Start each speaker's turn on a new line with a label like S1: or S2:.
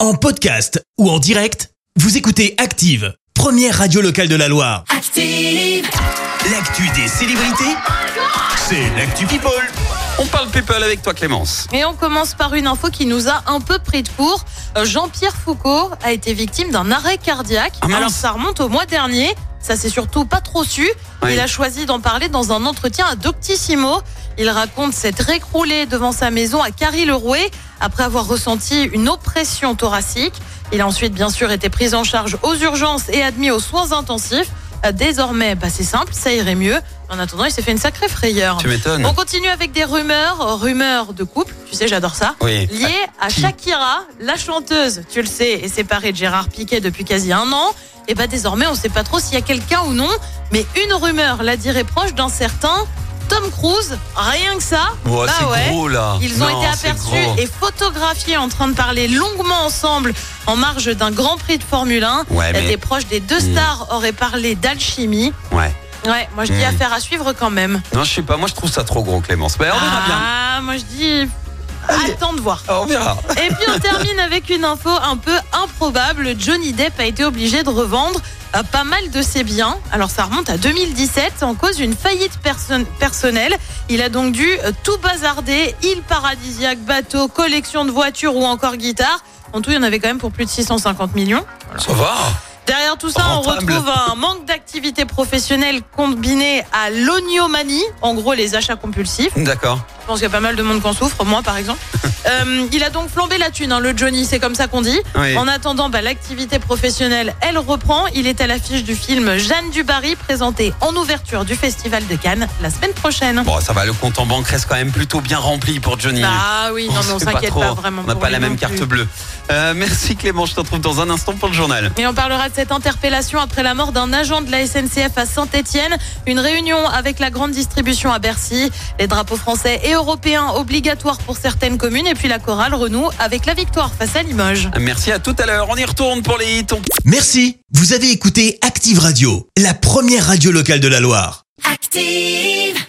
S1: En podcast ou en direct, vous écoutez Active, première radio locale de la Loire.
S2: Active,
S1: L'actu des célébrités, c'est l'actu People.
S3: On parle people avec toi Clémence.
S4: Et on commence par une info qui nous a un peu pris de court. Euh, Jean-Pierre Foucault a été victime d'un arrêt cardiaque.
S3: Ah mince.
S4: Alors ça remonte au mois dernier. Ça s'est surtout pas trop su.
S3: Ouais.
S4: Il a choisi d'en parler dans un entretien à Doctissimo. Il raconte s'être écroulé devant sa maison à Carry-le-Rouet après avoir ressenti une oppression thoracique. Il a ensuite bien sûr été pris en charge aux urgences et admis aux soins intensifs. Euh, Désormais, bah, c'est simple, ça irait mieux. En attendant, il s'est fait une sacrée frayeur.
S3: Tu m'étonnes.
S4: On continue avec des rumeurs, euh, rumeurs de couple, tu sais, j'adore ça.
S3: Oui.
S4: Liées à
S3: qui
S4: Shakira, la chanteuse, tu le sais, est séparée de Gérard Piquet depuis quasi un an. Et bah désormais, on sait pas trop s'il y a quelqu'un ou non, mais une rumeur la dirait proche d'un certain Tom Cruise, rien que ça.
S3: Ouais,
S4: bah
S3: c'est
S4: ouais.
S3: gros là.
S4: Ils ont
S3: Ah, Non,
S4: été
S3: c'est
S4: aperçus
S3: gros.
S4: et photographiés en train de parler longuement ensemble en marge d'un Grand Prix de Formule 1.
S3: Ouais, Eh, mais-
S4: Des proches des deux
S3: Mmh.
S4: stars auraient parlé d'alchimie.
S3: Ouais.
S4: Ouais, moi je dis
S3: Mmh.
S4: affaire à suivre quand même.
S3: Non, je sais pas. Moi, je trouve ça trop gros, Clémence. Mais on verra bien.
S4: Ah, moi je dis. Attends de voir.
S3: On verra.
S4: Et puis on termine avec une info un peu improbable. Johnny Depp a été obligé de revendre euh, pas mal de ses biens. Alors ça remonte à 2017 en cause d'une faillite perso- personnelle. Il a donc dû euh, tout bazarder île paradisiaque, bateau, collection de voitures ou encore guitare. En tout, il y en avait quand même pour plus de 650 millions.
S3: Ça va.
S4: Derrière tout ça,
S3: Rentable.
S4: on retrouve un manque d'activité professionnelle combiné à l'oniomanie, en gros les achats compulsifs.
S3: D'accord.
S4: Je pense qu'il y a pas mal de monde qui en souffre, moi par exemple. Euh, il a donc flambé la thune, hein, le Johnny, c'est comme ça qu'on dit.
S3: Oui.
S4: En attendant, bah, l'activité professionnelle, elle reprend. Il est à l'affiche du film Jeanne du Barry, présenté en ouverture du Festival de Cannes la semaine prochaine.
S3: Bon, ça va. Le compte en banque reste quand même plutôt bien rempli pour Johnny.
S4: Ah oui, non, mais on
S3: sait pas
S4: s'inquiète
S3: trop.
S4: pas, vraiment.
S3: On n'a
S4: pour
S3: pas
S4: lui
S3: la même
S4: non
S3: carte
S4: plus.
S3: bleue. Euh, merci Clémence. Je te retrouve dans un instant pour le journal.
S4: Et on parlera de cette interpellation après la mort d'un agent de la SNCF à Saint-Etienne. Une réunion avec la grande distribution à Bercy. Les drapeaux français et européens obligatoires pour certaines communes. Et puis la chorale renoue avec la victoire face à Limoges.
S3: Merci à tout à l'heure. On y retourne pour les hits. On
S1: Merci, vous avez écouté Active Radio, la première radio locale de la Loire.
S2: active.